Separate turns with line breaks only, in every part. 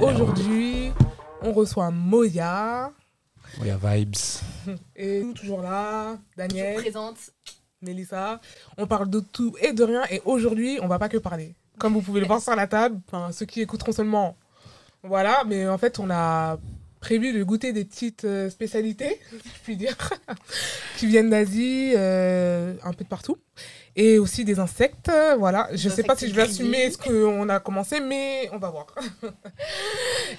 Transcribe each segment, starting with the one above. Aujourd'hui, on reçoit Moya.
Oui, à vibes.
Et nous, toujours là,
Je vous
Daniel,
présente.
Mélissa. On parle de tout et de rien. Et aujourd'hui, on va pas que parler. Comme vous pouvez le voir sur la table, enfin, ceux qui écouteront seulement. Voilà, mais en fait, on a prévu de goûter des petites euh, spécialités, si je puis dire, qui viennent d'Asie, euh, un peu de partout. Et aussi des insectes. Voilà, je sais pas si je vais
Insectes
assumer ce qu'on a commencé, mais on va voir.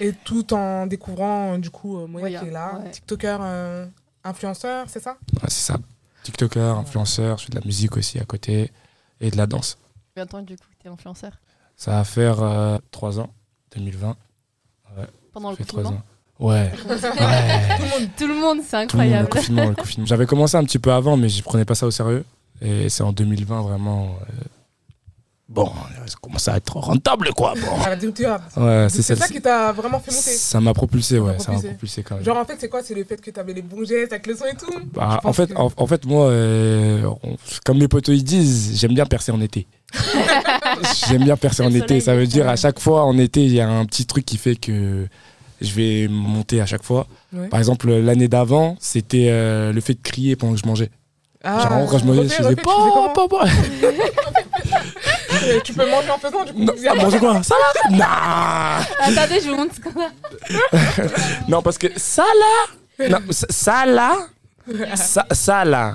et tout en découvrant, euh, du coup, euh, Moya
Moya,
qui est là,
ouais.
TikToker euh, influenceur, c'est ça
Ouais, c'est ça. TikToker, influenceur, je fais de la musique aussi à côté et de la danse.
Combien de temps du coup que t'es influenceur
Ça va faire euh, 3 ans, 2020. Ça
Pendant le
fait 3
confinement
ans. Ouais. ouais.
Tout le monde
Tout le monde, c'est
Tout le monde, le
incroyable.
confinement, le confinement. J'avais commencé un petit peu avant, mais je prenais pas ça au sérieux. Et c'est en 2020 vraiment. euh, Bon, ça commence à être rentable quoi. Bon.
Ah, donc, tu vois,
Ouais, c'est
C'est
celle
ça qui t'a vraiment fait monter.
Ça m'a propulsé, ouais, ça m'a
propulsé.
propulsé quand même.
Genre en fait c'est quoi C'est le fait que t'avais les bons gestes avec le son et tout
Bah,
Je pense
en, fait,
que-
en, en fait, moi, euh, on- comme les potos ils disent, j'aime bien percer en été. j'aime bien percer en
Le
été.
soleil,
Ça veut dire
ouais.
à chaque fois en été, il y a un petit truc qui fait que je vais monter à chaque fois.
Ouais.
Par exemple, l'année d'avant, c'était euh, le fait de crier pendant que je mangeais.
Ah,
Genre, quand je mangeais,
refais,
je faisais
refais, tu
pas,
faisais comment
pas, pas.
Euh, Tu peux manger en faisant du coup
Non,
viens.
manger quoi Ça là
Attendez, je vous montre ce qu'on a.
Non, non, parce que ça là, non, ça- ça là, ça, ça là,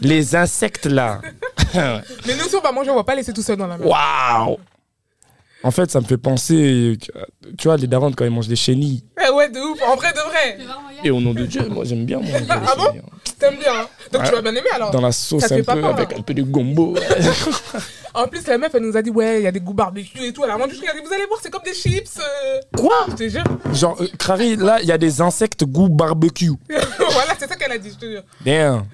les insectes là.
Mais nous bah, si on va manger on va pas laisser tout seul dans la main
Waouh En fait, ça me fait penser, que- tu vois, les darons quand ils mangent des chenilles.
Eh ouais de ouf, en vrai de vrai
Et au nom de Dieu, moi j'aime bien manger des
Ah bon
chenilles. hein.
T'aimes bien hein Donc tu
Ouais.
vas bien aimer alors
Dans la sauce
Ça te
un
fait pas
peu,
peur,
avec
hein
un peu de gombo.
En plus la meuf elle nous a dit ouais il y a des goûts barbecue et tout Elle a vendu elle a dit, vous allez voir c'est comme des chips euh,
Quoi
Je te jure
Genre, euh, Crary, là, il y a des insectes goût barbecue.
Voilà c'est ça qu'elle a dit je te jure
Damn.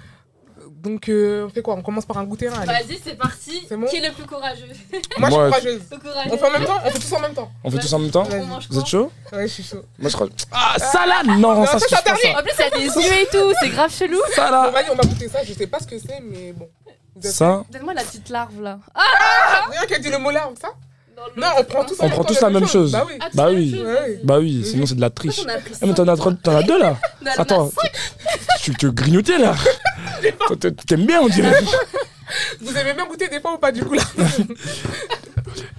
Donc euh, on fait quoi On commence par un goûter un allez.
Vas-y, c'est parti.
C'est bon
Qui est le plus courageux
Moi je suis
Moi,
courageuse
Le courageux.
On fait en même temps On fait tous en même temps
On fait tous en même temps
On mange
Vous
quoi
êtes chaud
Ouais je suis chaud
Moi je crois. Ah, ça là Non,
Non,
ça,
ça, c'est
je touche pas
interdit.
ça.
En plus, il y a des yeux et tout, c'est grave chelou.
Ça
On
là
va dire, on va goûter ça je sais pas ce que c'est mais bon Vous êtes-
Ah. Ça
Donne-moi la petite larve là.
Rien qu'elle dit le mot larme ça
Dans le-
Non, on prend tous,
On prend tous la même chose.
Bah oui.
Ah, tu
Bah
fais la
oui.
chose,
Ouais.
vas-y.
Bah oui, sinon c'est de la triche.
Pourquoi t'en as pris
Ah, mais t'en as, trop- t'en as deux là
Non, elle en a
Attends,
cinq.
tu tu veux grignoter là Toi, t'aimes- T'aimes bien on dirait
Vous aimez bien goûter des fois ou pas du coup là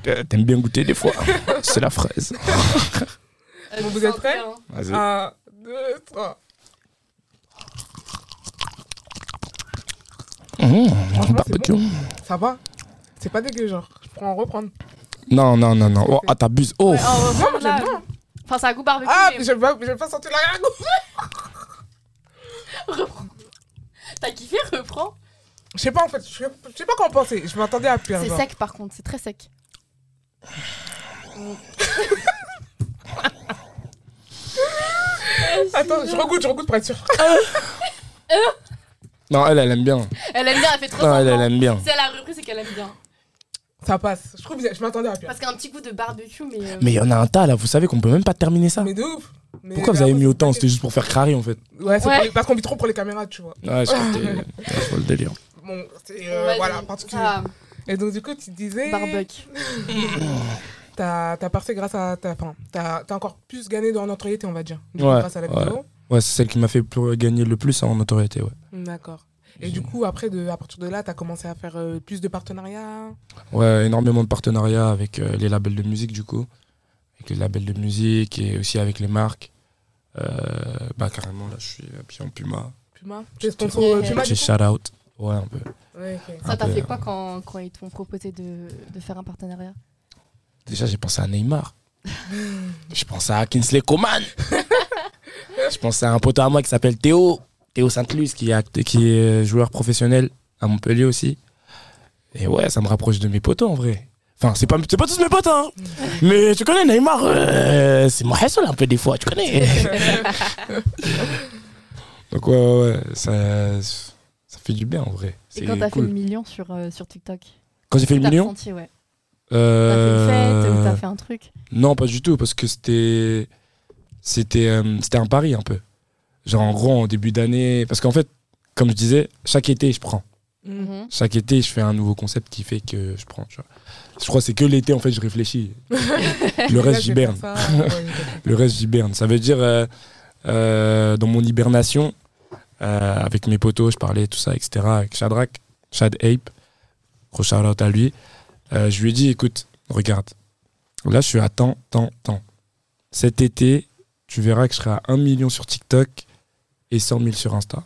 Euh, T'aimes bien goûter des fois. C'est la fraise.
Euh,
Bon, vous
je
êtes
sens
prêts
rien.
Vas-y.
Un, deux, trois.
Mmh,
Franchement,
barbecue.
Ça va C'est pas dégueu, genre. Je pourrais en reprendre.
Non, non, non, non. Oh, ah, t'abuses. Oh,
Ouais, on va voir
j'aime
là.
bien.
Enfin, c'est un goût barbecue.
Ah,
mais-
mais je vais pas, je vais pas sentir l'arrière-goût.
T'as kiffé, reprends.
Je sais pas en fait, je sais je sais pas quoi en penser. Je m'attendais à pire.
C'est
genre.
sec par contre, c'est très sec.
Attends, je regoute, je regoute pour être sûr.
Non, elle, elle aime bien.
Elle aime bien, elle fait trop
Non, elle, elle
sympa.
aime bien.
Si elle a repris, c'est qu'elle aime bien.
Ça passe. Je trouve bizarre, je m'attendais à pire.
Parce qu'il y a un petit goût de barbecue, mais. euh,
Mais il y en a un tas là, vous savez qu'on peut même pas terminer ça.
Mais de ouf. Mais
Pourquoi vous
là,
avez mis
c'est
autant
compliqué.
C'était juste pour faire crari en fait.
Ouais, c'est
Ouais.
pour les- parce qu'on vit trop pour les caméras, tu vois.
Ouais, c'était ouais, je vois le délire.
Bon, c'est. euh,
Vas-y.
voilà,
ça
particulier.
va,
Et donc, du coup, tu disais.
barbecue.
T'as t'as percé grâce à ta. Enfin, t'as t'as encore plus gagné dans notoriété, on va dire. Du
Ouais,
coup, grâce à la
ouais.
vidéo.
Ouais, c'est celle qui m'a fait plus- gagner le plus hein, en notoriété, ouais.
D'accord. Et du coup, après, de, à partir de là, t'as commencé à faire euh, plus de partenariats.
Ouais, énormément de partenariats avec euh, les labels de musique du coup. Avec les labels de musique et aussi avec les marques. Euh, bah carrément là, je suis habillé en Puma.
Puma T'es sponsor euh, Puma du
J'ai
coup
shout out. Ouais, un peu.
Ouais, ok.
Ça
Un
t'a
peu.
fait quoi quand, quand ils t'ont proposé de, de faire un partenariat
Déjà, j'ai pensé à Neymar. je pensais à Kinsley Coman. je pensais à un pote à moi qui s'appelle Théo. Théo Saint-Luz, qui est, act- qui est joueur professionnel à Montpellier aussi. Et ouais, ça me rapproche de mes potes en vrai. Enfin, c'est pas, c'est pas tous mes potes, hein. Mais tu connais Neymar, euh, c'est mon hassle un peu des fois, tu connais. Donc ouais, ouais, ouais, ça, ça fait du bien en vrai.
Et
C'est
quand t'as fait
cool.
le million sur, euh, sur TikTok
Quand j'ai fait le
T'as
million
ressenti, ouais. T'as
euh,
fait une fête ou t'as fait un truc
Non, pas du tout, parce que c'était c'était euh, c'était un pari un peu. Genre en gros en début d'année, parce qu'en fait, comme je disais, chaque été je
Mm.
prends.
Mhm.
Chaque été, je fais un nouveau concept qui fait que je prends. tu vois. Je crois que c'est que l'été, en fait, je réfléchis. le
Là,
reste,
je vais
j'hiberne.
faire ça. Ouais, je vais faire
Le reste, j'hiberne. Ça veut dire, euh, euh, dans mon hibernation, euh, avec mes potos, je parlais, tout ça, etc., avec Shadrach, Shad Ape, gros shout-out à lui. Euh, je lui ai dit, écoute, regarde, là, je suis à tant, tant, tant. Cet été, tu verras que je serai à 1 million sur TikTok et 100 000 sur Insta.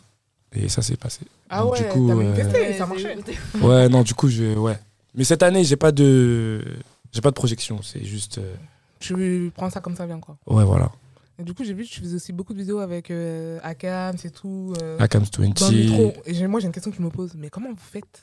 Et ça s'est passé.
Ah
Donc,
ouais,
du coup,
t'avais
euh,
testé,
Ouais,
ça
c'est-
marchait.
Ouais, non, du coup, je, ouais. Mais cette année, j'ai pas de, j'ai pas de projection. C'est juste, euh,
Je prends ça comme ça vient, quoi.
ouais, voilà.
Et du coup, j'ai vu que tu faisais aussi beaucoup de vidéos avec euh, Akam, c'est tout. euh,
Akams
dans le
20.
métro. Et j'ai- moi, j'ai une question que je me pose. Mais comment vous faites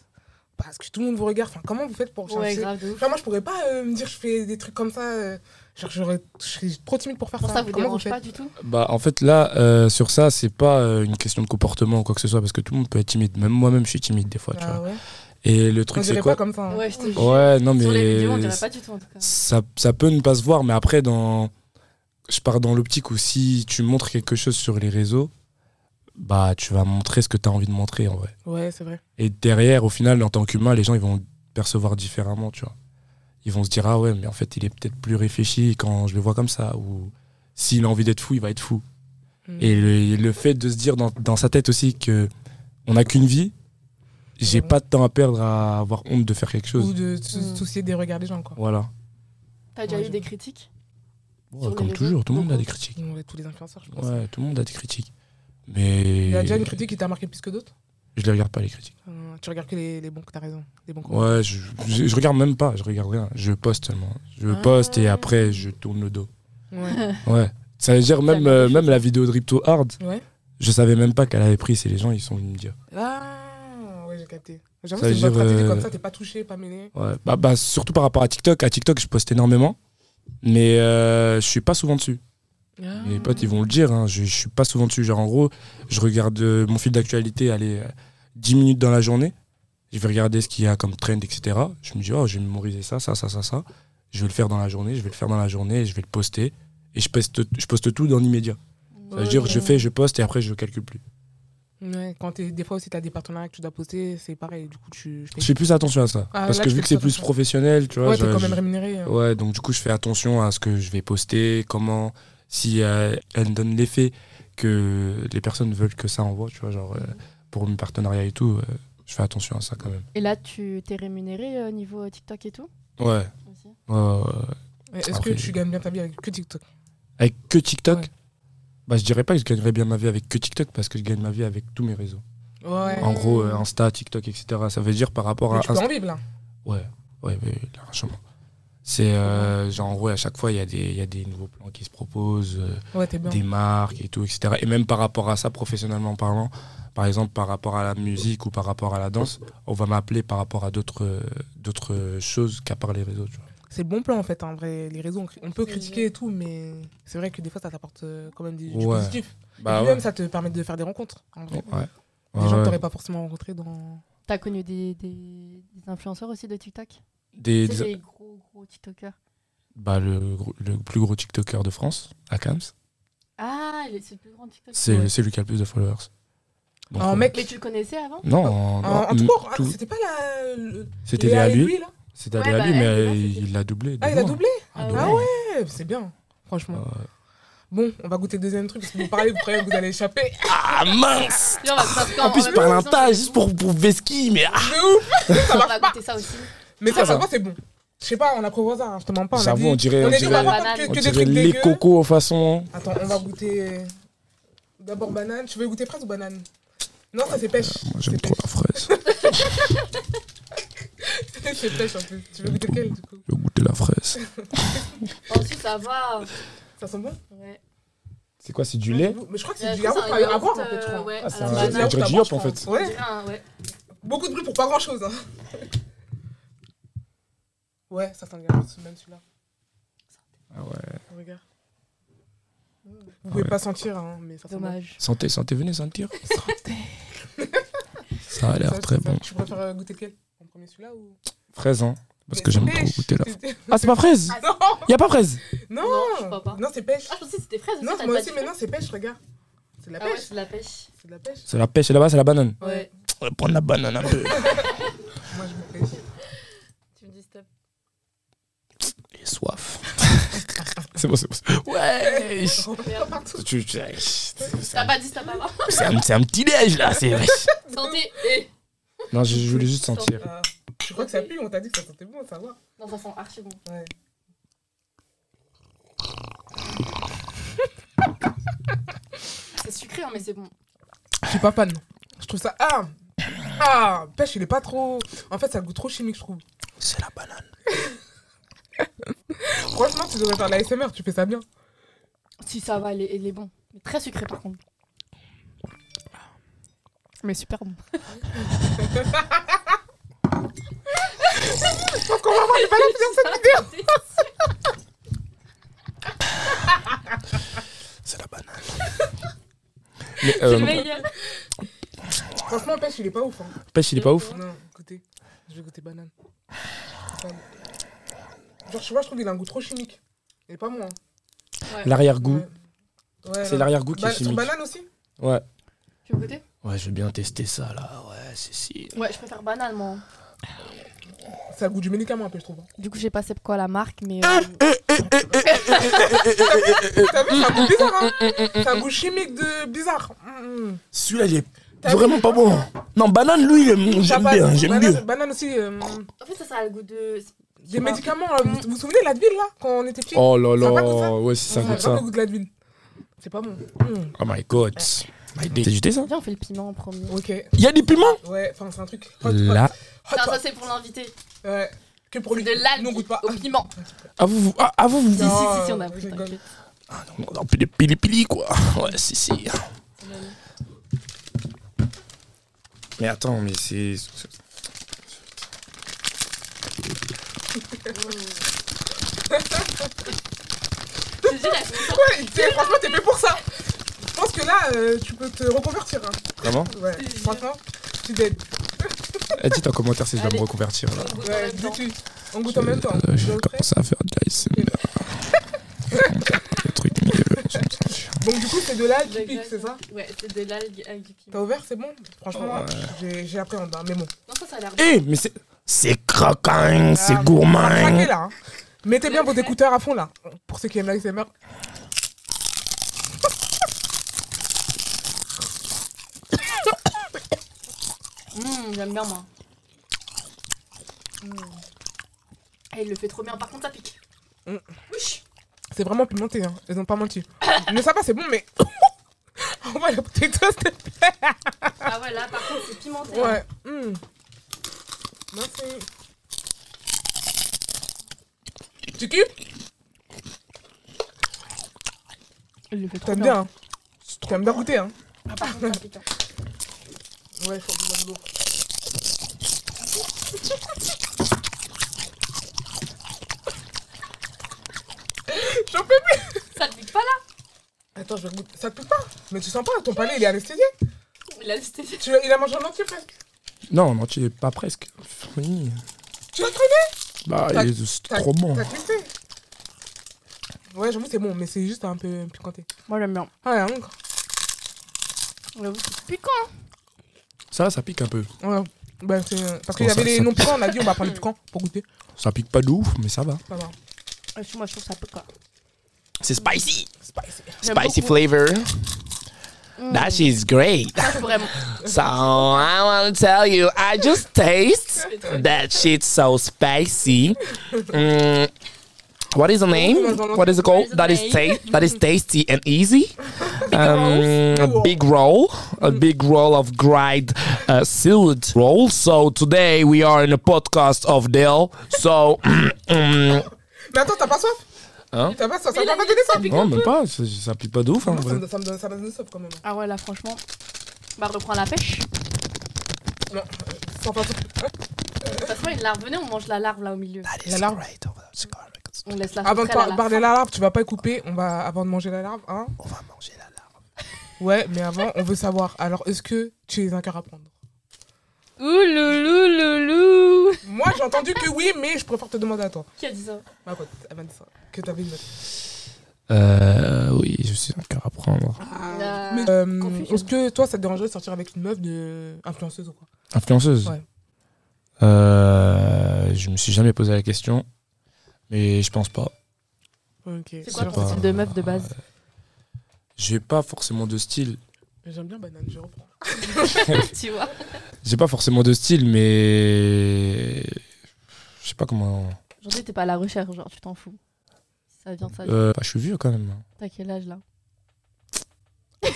Parce que tout le monde vous regarde. Enfin, comment vous faites pour
Ouais,
chercher
grave de ouf.
Enfin, moi, je pourrais pas euh, me dire je fais des trucs comme ça. euh, genre, j'aurais- je suis trop timide pour faire
Pour
ça.
ça, vous
comment vous
dérange
faites
pas du tout
Bah, en fait, là, euh, sur ça, c'est pas euh, une question de comportement ou quoi que ce soit, parce que tout le monde peut être timide. Même moi-même, je suis timide des fois, tu
Bah,
Ah
vois.
ouais.
Et le
On
truc, c'est
dirait
quoi
pas comme ça. hein.
Ouais, je te jure.
Ouais, non, mais.
Sur les vidéos, on dirait pas du tout en tout cas.
ça, ça peut ne pas se voir, mais après, dans... je pars dans l'optique où si tu montres quelque chose sur les réseaux, bah, tu vas montrer ce que tu as envie de montrer, en vrai.
Ouais, c'est vrai.
Et derrière, au final, en tant qu'humain, les gens, ils vont le percevoir différemment, tu vois. Ils vont se dire, ah ouais, mais en fait, il est peut-être plus réfléchi quand je le vois comme ça. Ou s'il a envie d'être fou, il va être fou.
Mm.
Et le, le fait de se dire dans, dans sa tête aussi que on n'a qu'une vie, j'ai
Ouais.
pas de temps à perdre à avoir honte de faire quelque
Ou
chose.
de se
Mm.
soucier des regards des gens, quoi.
Voilà.
T'as déjà
Ouais,
eu
je-
des critiques
Ouais,
Sur les
comme
réseaux,
toujours, tout le monde a
beaucoup.
des critiques.
On est tous les influenceurs, je pense.
Ouais, tout le monde a des critiques. Mais
Il y a déjà une critique qui t'a marqué plus que d'autres
je les regarde pas, les critiques.
Euh, Tu regardes que les, les bons, t'as raison. Les bons coups.
Ouais, je, je, je regarde même pas, je regarde rien. Je poste seulement. Je
Ah.
poste et après, je tourne le dos.
Ouais.
Ouais. Ça veut dire même,
bien
euh,
fait.
même la vidéo de Ripto Hard,
Ouais.
je savais même pas qu'elle avait pris, c'est les gens, ils sont venus me dire.
Ah, ouais, j'ai capté. J'avoue,
Ça
c'est une bonne
veut dire,
stratégie
euh,
comme ça, t'es pas touché, pas mêlé.
Ouais. Bah, bah, surtout par rapport à TikTok. À TikTok, je poste énormément, mais euh, je suis pas souvent dessus.
Ah.
Mes potes, ils vont le dire, hein, je, je suis pas souvent dessus. Genre, en gros, je regarde euh, mon fil d'actualité, allez, euh, 10 minutes dans la journée. Je vais regarder ce qu'il y a comme trend, etc. Je me dis, oh, je vais mémoriser ça, ça, ça, ça, ça. Je vais le faire dans la journée, je vais le faire dans la journée, je vais le poster. Et je poste, je poste tout dans l'immédiat. Ça veut dire, je fais, je poste et après, je calcule plus.
Ouais, quand t'es- des fois aussi, t'as des partenariats que tu dois poster, c'est pareil. Du coup, tu. je fais-
Je fais plus attention à ça.
Ah,
parce
là,
que
tu fais
vu que
plus
c'est plus
attention.
professionnel, tu vois.
Ouais, t'es
je-
quand même
je-
rémunéré. hein.
ouais, donc du coup, je fais attention à ce que je vais poster, comment, si euh, elle donne l'effet que les personnes veulent que ça envoie, tu vois, genre euh, pour mes partenariats et tout, euh, je fais attention à ça quand même.
Et là, tu t'es rémunéré au niveau euh, TikTok et tout
Ouais.
aussi
ouais, ouais, ouais.
Et Est-ce que
Après-
tu gagnes bien ta vie avec que TikTok
Avec que TikTok,
Ouais.
bah, je dirais pas que je gagnerais bien ma vie avec que TikTok parce que je gagne ma vie avec tous mes réseaux.
Ouais.
En gros, euh, Insta, TikTok, etc. Ça veut dire par rapport
Mais
à
tu peux en vivre là.
Ouais, ouais, ouais, largement. C'est euh, genre, en gros, à chaque fois, il y, a des- il y a des nouveaux plans qui se proposent, euh,
Ouais, t'es bien.
des marques et tout, etc. Et même par rapport à ça, professionnellement parlant, par exemple, par rapport à la musique ou par rapport à la danse, on va m'appeler par rapport à d'autres euh, d'autres euh, choses qu'à part les réseaux. Tu vois.
C'est le bon plan en fait. En vrai, les réseaux, on, cri- on peut
C'est
critiquer et tout, mais c'est vrai que des fois, ça t'apporte euh, quand même du, du
Ouais.
positif. Et puis même, ça te permet de faire des rencontres. en vrai.
Ouais. Ouais.
Des gens que
Ouais.
t'aurais pas forcément rencontrés dans.
T'as connu des, des- des influenceurs aussi de TikTok
Des-
Tu sais,
des-
Des gros, gros TikTokers.
bah, le, gros- le plus gros TikToker de France, Akams,
Ah, il est- c'est le plus grand TikTok.
c'est
Ouais.
celui qui a le plus de followers. Donc,
Un
euh,
mec.
Mais tu le connaissais avant
Non,
En,
non,
en tout
m-
court, ah,
tout-
c'était pas la. le-
c'était
Léa
à
et
lui.
là
C'était
Ouais,
à
bah,
lui, mais
elle,
euh,
là, c'était-
il l'a doublé.
Ah,
de
il a
loin.
doublé
Ah,
Ah
de
ouais.
loin.
Ouais, C'est bien,
Ah
franchement.
Ouais.
Bon, on va goûter le deuxième truc parce que vous parlez, vous croyez que vous allez échapper.
Ah mince
Puis on va- parce qu'en-
En plus,
même
je parle
temps,
un
ils ont-
tas juste pour, pour Veski, mais ah,
De ouf
On va goûter ça aussi.
Mais ça,
Ça
ça
va.
va, c'est bon. Je sais pas, on a trouvé au hasard, hein, je te mens pas. On a
J'avoue,
dit,
on dirait-
on
on
a dit, on va
dirait-
pas
on
que, que
on
des
dirait
trucs
les
dégueux.
cocos en façon. hein.
Attends, on va goûter euh, d'abord banane. Tu veux goûter fraise ou banane Non, ça c'est pêche.
Moi,
j'aime trop
la fraise.
c'est pêche en plus. Tu veux goûter
trop
quelle du coup
Je vais goûter la fraise.
Ensuite, ça va.
Ça sent bon
Ouais.
C'est quoi, c'est du
Mais
lait
je crois que
Euh,
c'est du yaourt à à boire en fait, je crois.
Ouais,
Ah,
à
c'est
la
un-
banane,
on dirait
ça
du
marche,
yop en
je pense.
fait.
Ouais,
banane. Ah, ouais.
beaucoup de bruit pour pas grand chose. Hein. Ouais, ça sent le yaourt, même celui-là.
Ah ouais.
Regarde. Vous pouvez pas sentir, hein, mais ça sent bon.
Dommage.
Santé, santé, venez sentir. Ça a
Ça,
l'air très
ça,
bon.
Tu préfères euh, goûter lequel En premier celui-là ou
Fraise, hein Parce
Mais
que j'aime
c'est
trop
pêche,
goûter la fraise.
c'était-
Ah, c'est pas fraise
Non,
Y a pas fraise
non,
Non, je crois pas.
Non, c'est pêche.
Ah, je pensais que c'était fraise aussi.
Non,
t'as
moi
pas
aussi,
dit
mais
fraise.
non, c'est pêche, regarde. C'est de la
Ah ouais,
pêche.
c'est de la pêche.
C'est de la pêche.
C'est la pêche et là-bas, c'est la banane.
Ouais.
on va prendre la banane un peu.
Moi, je me fais.
Tu me dis stop.
J'ai soif. c'est bon, c'est bon. Ouais.
Merde.
Tu- tu- C'est
T'as
un,
pas dit stop avant.
c'est un- c'est un petit déj là, c'est
Santé Eh, et.
Non, je, je voulais juste sentir.
Ah, tu crois que ça pue On t'a dit que ça sentait bon, ça va.
Non, ça sent archi bon.
Ouais.
C'est sucré, hein, mais c'est bon.
Je suis pas fan. Je trouve ça. Ah Ah Pêche, il est pas trop. En fait, ça a le goût trop chimique, je trouve.
C'est la banane.
Franchement, tu devrais faire de la SMR, tu fais ça bien.
Si ça va, il est, il est bon. Mais très sucré par contre.
Mais super bon.
Ah,
C'est la banane. Mais,
C'est
euh,
le meilleur.
Franchement, pêche, il est pas ouf. hein.
pêche, il est pas ouf.
Non, goûtez. Je vais goûter banane. Attends. Genre, je vois, je trouve qu'il a un goût trop chimique. Il est pas moins.
L'arrière-goût.
Ouais. Ouais,
C'est
non.
l'arrière-goût qui
Ba-
est
sur
chimique.
banane aussi
Ouais.
Tu veux goûter
Ouais, je vais bien tester ça là. Ouais, c'est si.
Ouais, je préfère banane moi.
Ça a le goût du médicament un peu, je trouve. hein.
Du coup, j'ai pas c'est quoi la marque, mais
Ah
Eh,
euh,
T'as vu, ça a un goût bizarre,
Mm,
hein Ça a un goût chimique de bizarre. Mm,
Celui-là, il est
T'as
vraiment pas bon. Non, banane, lui, il est-
mm. Ça
j'aime
passe.
bien, j'aime
banane,
bien.
Banane aussi. euh,
En fait, ça, ça a le goût de.
des
pas.
médicaments. euh, Vous vous souvenez de la ville, là, quand on était petits
Oh là
Ça a pas goût de ça
là, ouais, c'est ça,
Ouais,
comme
pas
ça.
le goût de la ville. C'est pas bon. Mm.
Oh my god. My day. T'as jeté ça
viens, on fait le piment en premier.
Ok.
Il y a des piments
Ouais, enfin, c'est un truc. hot, hot,
Là.
hot,
Non,
hot.
ça, c'est pour l'invité.
Ouais. Que pour
C'est
lui.
de l'algue
Nous, on goûte pas.
au piment.
À vous, vous. Ah, à vous, vous.
Si, si,
Non,
si, si, on a
je
pris,
rigole.
t'inquiète.
Ah, non, non, pili pili pili, quoi. Ouais, si, si. Mais attends, mais c'est.
Je te dis, la confiance,
Ouais, t'es- franchement, t'es fait pour ça. Je pense que là, euh, tu peux te reconvertir. hein.
Vraiment
Ouais, franchement, tu t'aides.
Eh, Dites en commentaire si je dois
Allez.
me reconvertir là.
on goûte en
Ouais,
même temps.
dis-tu. On goûte en même temps.
Euh,
Je
J'ai
le ferai.
commencé à faire de l'ASMR. Le truc, mais, euh, on s'en fout.
Donc, du coup, c'est de l'algue qui pique, c'est
Exactement.
ça
Ouais, c'est de l'algue avec du piment.
T'as ouvert, c'est bon Franchement,
Ouais.
j'ai j'ai appréhendé, hein, mais bon.
Non, ça, ça a l'air
Eh, mais c'est. C'est croquant, c'est
Ah,
gourmand.
Pas craquer, là. hein. Mettez bien vos écouteurs à fond là, pour ceux qui aiment l'ASMR.
Mmh, j'aime bien moi. Mmh. Eh, il le fait trop bien, par contre ça pique.
Mmh.
Ouch.
C'est vraiment pimenté, hein. ils ont pas menti. Mais ça va, c'est bon, mais. On va la bouteille de toast.
Ah ouais, là par contre c'est pimenté. hein.
Ouais. Mm. Merci. Tu kiffes
Il le fait trop
T'aimes
bien.
bien. hein. T'aimes bien goûter, hein
Ah, par contre ça pique. hein.
Ouais, faut que je bois de l'eau. J'en peux plus
Ça te pique pas là
Attends, je vais goûter. Ça te pique pas Mais tu sens pas, ton palais il est anesthésié.
Il a c'était
Tu l'as- il a mangé en entier presque.
Non, non, tu es pas presque. Oui.
Tu l'as traîné
Bah,
T'as-
il est- c'est
t'as-
trop bon.
T'as testé Ouais, j'avoue, c'est bon, mais c'est juste un peu piquanté.
Moi, j'aime bien.
Ah, ouais, encore.
J'avoue, c'est piquant.
Ça, ça pique un peu.
Ouais. Bah, c'est- Parce qu'il y
Bon, ça-
avait les
ça-
non piquants, on a dit on va prendre les piquants pour goûter.
Ça pique pas de ouf, mais ça va.
Ça va.
Euh, je- Moi, je trouve ça pique quoi.
C'est spicy.
Spicy.
J'aime beaucoup.
flavor. Mm.
Mmh.
is great.
Ça je pourrais
So I want to tell you, I just taste that shit's so spicy. Mm. What is the name? What is it called? That is ta- that is tasty and easy. Um, a big roll, a big roll of dried uh, seaweed roll. So today we are in a podcast of Dale. So.
Mais attends, t'as pas soif
Hein
T'as pas soif, ça
Il
t'a
a
pas
mis
donné
ça
soif
Non, même Oh, pas, ça, ça pique pas de ouf. Hein, en
Moi, ça
vrai.
me, ça me donne, ça me donne soif quand même.
Ah ouais, là, franchement. Bah, reprends la pêche.
Non, euh, sans pas
De toute façon, il la revenait, on mange la larve là au milieu.
La larve.
Right, oh, that's correct.
On laisse la
Ah,
Avant de
après, la
Ah, bah, par-
larve.
parler de la larve, tu vas pas couper on va, avant de manger la larve, hein
On va manger oh, la larve.
Ouais, mais avant, on veut savoir. Alors, est-ce que tu es un cœur à prendre
Ouloulouloulou.
Moi, j'ai entendu que oui, mais je préfère te demander à toi.
Qui a dit ça
Ma pote, elle m'a dit ça. Que t'avais une note.
Euh, oui, je suis un cœur à prendre.
Ah, la
Mais euh,
confusion.
est-ce que toi, ça te dérangerait de sortir avec une meuf de influenceuse ou quoi
Influenceuse
Ouais.
Euh, Je me suis jamais posé la question, mais je pense pas.
Ok.
C'est
C'est
quoi
Sur-
ton
pas-
style de meuf de base
J'ai pas forcément de style.
J'aime bien banane, je reprends.
Tu vois
J'ai pas forcément de style, mais. Je sais pas comment.
Aujourd'hui, t'es pas à la recherche, genre, tu t'en fous. Ça vient, ça vient.
Euh, bah, je suis vieux quand même.
T'as quel âge là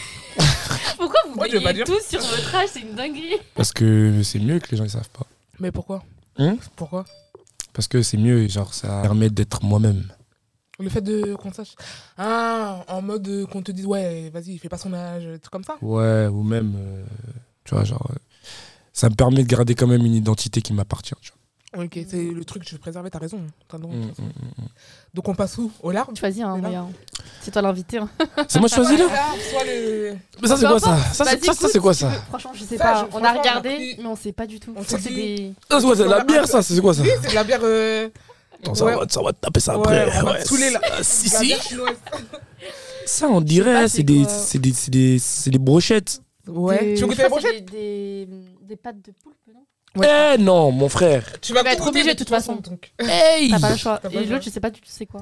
Pourquoi vous
Moi, je vais pas
brillez
dire.
tous sur votre âge C'est une dinguerie.
Parce que c'est mieux que les gens ne savent pas.
Mais pourquoi
Hein
Pourquoi
Parce que c'est mieux, genre, ça permet d'être moi-même.
Le fait de qu'on sache. Ah, en mode euh, qu'on te dise, ouais, vas-y, fais pas son âge, tout comme ça.
Ouais, ou même, euh, tu vois, genre, euh, ça me permet de garder quand même une identité qui m'appartient, tu
Ok, c'est le truc, je veux préserver, t'as raison. T'as raison.
vois. Mm, mm,
Donc on passe où Aux larmes
Tu choisis un
Mais non.
moyen. C'est toi l'invité. hein.
mm. C'est moi qui choisis
Soit les
là
larmes, soit les-
Mais ça, c'est
Peu
quoi ça
importe.
Ça,
Vas-y,
c'est ça, ça,
écoute,
c'est quoi
si tu
ça
veux. Franchement, je sais
Ça,
pas.
je-
on a
franchement, on a
regardé,
pris-
mais on sait pas du tout.
On
C'est
s'est
des-
Ça, c'est quoi ça La bière, ça, c'est quoi ça
Oui, c'est de la bière. euh,
Attends, ça, on va,
Ouais.
ça va te taper ça
Ouais,
après.
on va te saouler, là.
ça, si,
de la
si.
bière chinoise.
Ça, on
Je sais
dirait,
pas,
c'est
c'est
des,
quoi.
c'est des, c'est des, c'est des brochettes.
Ouais.
des-
Tu veux
je
goûter
crois
la
que
brochette
c'est Des, des- des pattes de poulpe, non
Eh non, mon frère.
Tu vas
vas être
goûter,
obligé,
mais
de toute
donc.
Hey
T'as pas le choix.
T'as pas le
Et
choix.
l'autre, je sais pas du tout c'est quoi.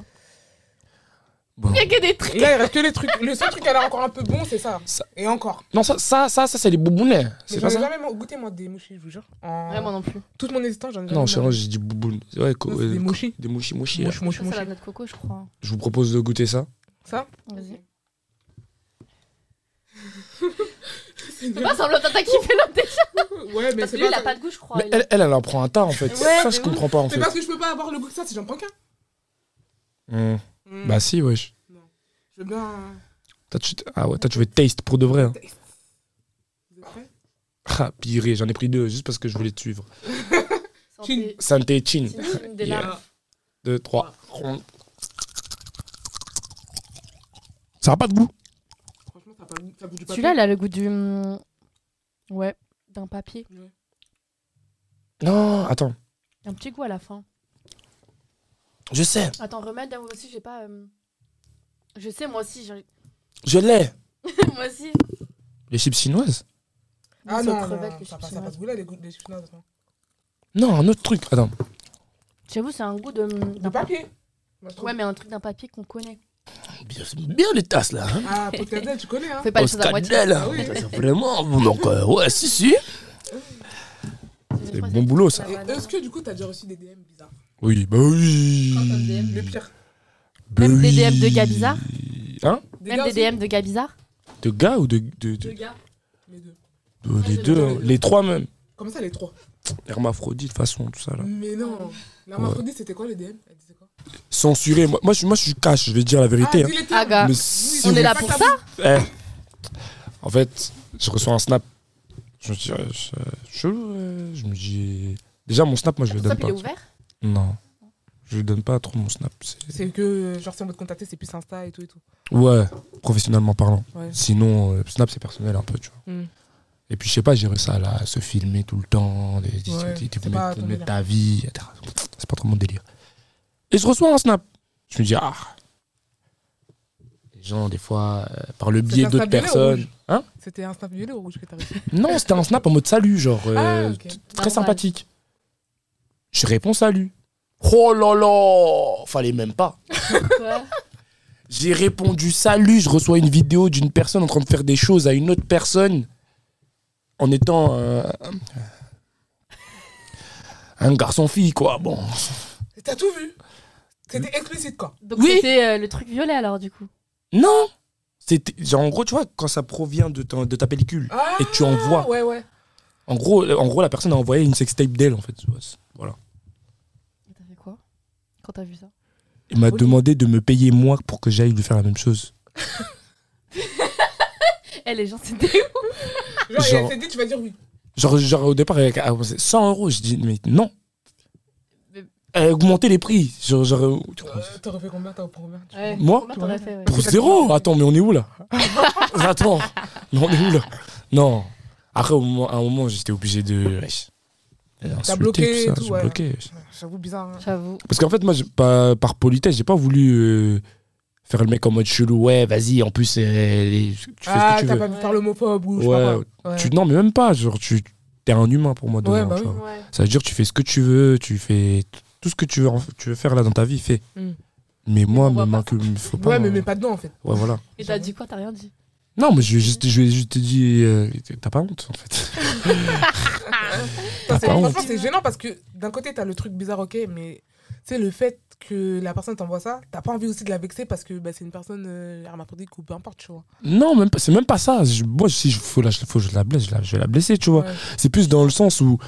Bon.
Il y a que des trucs.
Là, il reste que les trucs. Le seul truc qui a l'air encore un peu bon, c'est ça.
Ça-
Et encore.
Non, ça, ça, ça, ça, c'est les boubounets.
Mais
C'est
j'en
pas
ai
ça
jamais mo- goûté, moi, des mouchis, je vous jure. En...
Vraiment non plus.
Toute mon existence, j'en ai jamais
Non,
mangé.
challenge, j'ai dit bouboune. Ouais, co-
Non, c'est
euh,
Des
co-
mouchis.
Des mouchis, mouchis.
Mouchi, mouchi,
Ça, c'est
mouchi.
la noix de coco, je crois.
Je vous propose de goûter ça.
Ça
Vas-y.
C'est
C'est pas semblant t'as kiffé l'autre déjà.
Ouais, mais
Parce
c'est
que lui, il a
pas.
pas de goût, je crois.
Mais
Il-
elle, elle, elle en prend un tas en fait.
Ouais,
ça,
de
je
ouf.
comprends pas en
C'est
fait.
parce que je peux pas avoir le goût que ça si j'en prends qu'un.
Hmm.
Mm.
Bah si, wesh.
Je veux bien.
Toi, tu... Ah ouais, toi, tu veux taste pour de vrai. Hein.
Vous êtes prêts
Ah, pire, j'en ai pris deux juste parce que je voulais te suivre.
Santé.
Santé, chin.
C'est une team des
Yeah.
Ah,
larmes.
Deux, trois. Ça a pas de goût.
Franchement, ça a pas goût- ça goûte du papier.
Celui-là, elle a le goût du. hum, Ouais, d'un papier.
Non, attends.
Un petit goût à la fin.
Je sais,
Attends, remets moi aussi, j'ai pas. euh, Je sais, moi aussi. j'ai-
je l'ai.
moi aussi.
Les chips chinoises
Ah
Sauce
non,
aux
non,
crevettes,
non,
les
ça passe
chips
ça passe
chinoises.
goût là, les goûts des chips chinoises. non.
Non, un autre truc. Attends.
J'avoue, c'est un goût de.
De papier Moi, je trouve.
Ouais, mais un truc d'un papier qu'on connaît.
Bien, c'est bien les tasses là. Hein
Ah, Pocadel, tu connais, hein
On fait pas
Au
les choses à moitié.
scandale, hein.
Ah oui.
Ça, c'est vraiment. bon. Donc, euh, ouais, si, si. C'est bon boulot ça.
Et Est-ce que du coup, t'as déjà reçu des DM bizarres
Oui, bah oui.
Le pire.
Bah
Même des
oui.
DM de gars bizarres
Hein
gars
Même des
aussi
DM de gars bizarres
De gars ou de. de, de-
Le gars.
Les deux.
de- les
de-
deux,
de-
hein. les trois même.
Comment ça, les trois
Hermaphrodite, de toute façon, tout ça là.
Mais non. L'hermaphrodite, c'était quoi les DM Elle disait quoi
Censuré. Moi, moi, je, moi, je suis cash, je vais dire la vérité.
Ah,
hein.
dis les termes.
Ah, gars.
Mais si
On
vous-
est là pour ça
Eh. En fait, je reçois un snap. Je me dis, euh, je, chelou, euh, je me dis. Déjà, mon snap, moi, je
Ton
le
stop,
donne
il
pas.
est ouvert
Non. Je lui donne pas trop mon snap. c'est-
C'est que, euh, genre, si on veut te contacter, c'est plus Insta et tout et tout.
Ouais, professionnellement parlant.
Ouais.
Sinon, euh, Snap, c'est personnel un peu, tu vois.
Mm.
Et puis, je sais pas, gérer ça, là, se filmer tout le temps, de- de-
Ouais,
de- de-
c'est
de-
pas
mettre-
ton délire.
mettre ta vie, etc. C'est pas trop mon délire. Et je reçois un Snap. Je me dis, ah. Les gens, des fois, euh, par le biais
un
d'autres
Snap violet ou
personnes.
rouge
Hein
C'était Insta violet ou rouge que t'as reçu
non, c'était un Snap en mode salut, genre, euh,
Ah, ok.
t-
Normal.
très sympathique. Je réponds salut. Oh là là Fallait même pas.
Quoi
J'ai répondu salut, je reçois une vidéo d'une personne en train de faire des choses à une autre personne en étant euh, un garçon-fille, quoi. Bon.
T'as tout vu C'était
Mmh.
explicite, quoi.
Donc
Oui.
c'était euh, le truc violet alors du coup.
Non C'était- genre, En gros, tu vois, quand ça provient de, ton- de ta pellicule.
Ah,
Et tu envoies.
Ouais, ouais.
En gros, en gros, la personne a envoyé une sextape d'elle, en fait. tu vois, c'est- Voilà.
Et T'as fait quoi Quand t'as vu ça
Il m'a
Oui.
demandé de me payer moi pour que j'aille lui faire la même chose.
Eh les gens c'était
Genre,
Genre-
il s'est dit, tu vas dire oui.
Genre, genre au départ, elle a commencé 100 euros. Je dis, mais non. Elle a augmenté les prix. Genre, genre,
Euh, T'aurais fait combien T'aurais pris combien
ouais.
Moi
Comment t'aurais fait ouais.
Pour zéro Attends, mais on est où là Attends, mais on est où là Non. Après, au moment, à un moment, j'étais obligé de. wesh, insulter,
bloqué et tout,
j'ai
ouais.
bloqué, wesh.
J'avoue, bizarre. hein.
J'avoue.
Parce qu'en fait, moi, j'ai pas, par politesse, j'ai pas voulu euh, Faire le mec en mode chelou, ouais, vas-y, en plus, euh, les- tu fais
ah,
ce que tu
t'as
veux.
pas pu
Ouais.
faire l'homophobe ou je
Ouais,
sais pas quoi. Ouais.
Tu- non, mais même pas, genre, tu t'es un humain pour moi.
Ouais,
dedans,
bah
tu
oui.
vois.
Ouais.
Ça veut dire, tu fais ce que tu veux, tu fais t- tout ce que tu veux, en- tu veux faire là dans ta vie, fais.
Mm.
Mais moi,
on voit
me
pas.
m'incu- me- faut pas. hein.
Ouais, mais
me-
mets pas dedans en fait.
Ouais, voilà.
Et t'as dit quoi T'as rien dit
Non, mais je vais juste, je vais juste te dire, euh, t'as pas honte, en fait.
Putain, c'est-
par contre.
franchement, c'est gênant parce que d'un côté, t'as le truc bizarre, ok, mais c'est le fait que la personne t'envoie ça, t'as pas envie aussi de la vexer parce que bah, c'est une personne euh, hermaphrodite ou peu importe, tu vois.
Non, même pas- c'est même pas ça. Je- moi, si je, faut, la, faut que je la blesse, je, la- je vais la blesser, tu vois.
Ouais.
C'est plus dans le sens où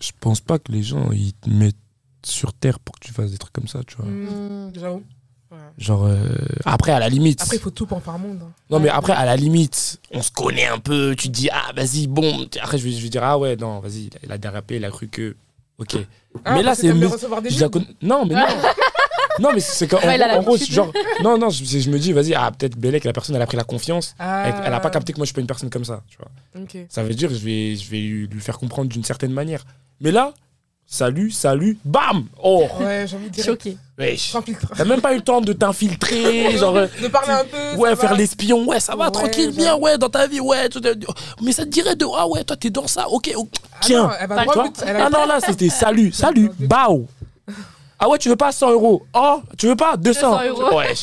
je pense pas que les gens, ils te mettent sur terre pour que tu fasses des trucs comme ça, tu vois.
Mm.
Mmh.
J'avoue. Ouais.
Genre, euh, après, à la limite.
Après, il faut tout pour en faire un monde. hein.
Non, mais après, à la limite, on se connaît un peu. Tu te dis, ah, vas-y, bon. Après, je vais, je vais dire, ah ouais, non, vas-y, il a- il a dérapé, il a cru que. Ok.
Ah,
mais là,
parce que
c'est.
t'aimes bien
mes-
recevoir des
je la
gens.
con- Non, mais non. non, mais c'est quand.
Ouais, il a
en gros,
l'habitude.
genre. Non, non, je, je me dis, vas-y, ah, peut-être Bellec, la personne, elle a pris la confiance. Elle, elle
Euh.
a pas capté que moi, je suis pas une personne comme ça, tu vois.
Ah, Ok.
Ça veut dire, je vais, je vais lui lui faire comprendre d'une certaine manière. Mais là, salut, salut, bam Oh
Ouais, j'ai envie de dire.
Choqué.
Wesh.
Sans filtre.
T'as même pas eu le temps de t'infiltrer, genre. euh,
De parler un peu.
Ouais,
ça
faire
va.
l'espion, ouais, ça va,
Ouais,
tranquille,
genre.
bien, ouais, dans ta vie, ouais. tout est- mais ça te dirait de, ah ouais, toi, t'es dans ça, ok, ok,
Ah
tiens.
non, elle va
Pas
droit
tu
au
vois
but, elle a-
ah non, là, c'était salut, salut, bao. Ah ouais, tu veux pas 100 euros Oh, tu veux pas 200,
200 euros.
Wesh.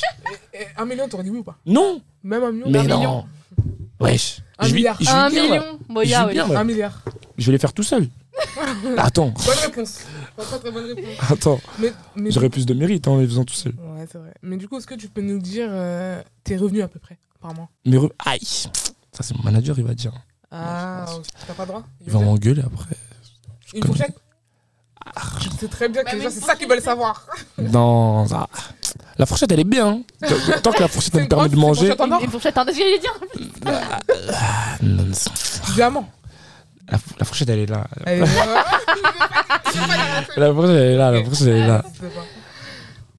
Eh, Un million, t'aurais dit oui ou pas
Non,
Même un million
mais
un
non.
million.
Wesh.
Un
je vais,
milliard.
je vais
Un
bien, là.
million
Je
Moya,
vais
ouais.
bien, là.
Un milliard.
Je vais les faire tout seul. Bah, Attends,
Bonne réponse. Pas très, très bonne réponse.
attends.
Mais, mais-
J'aurais plus de mérite hein, en les faisant tout seul.
Ouais, c'est vrai. Mais du coup, est-ce que tu peux nous dire euh, tes revenus à peu près par mois
Mais re- aïe, ça c'est mon manager, il va dire.
Ah,
pense.
ok. t'as pas droit
Il va m'engueuler après.
Une fourchette
Ah.
Je sais très bien que
Bah,
les
mais
gens,
une
c'est ça qu'ils veulent savoir.
Non, ça. La fourchette, elle est bien. hein. Tant- Tant que la fourchette, elle me
une
permet
grosse
de manger.
fourchette en or
Une fourchette, hein, j'allais dire.
Ah, non, non, ça-
Diamant.
La, la fourchette, elle est là.
Allez, euh,
La fourchette, elle est là. La fourchette, elle est là.
je sais pas.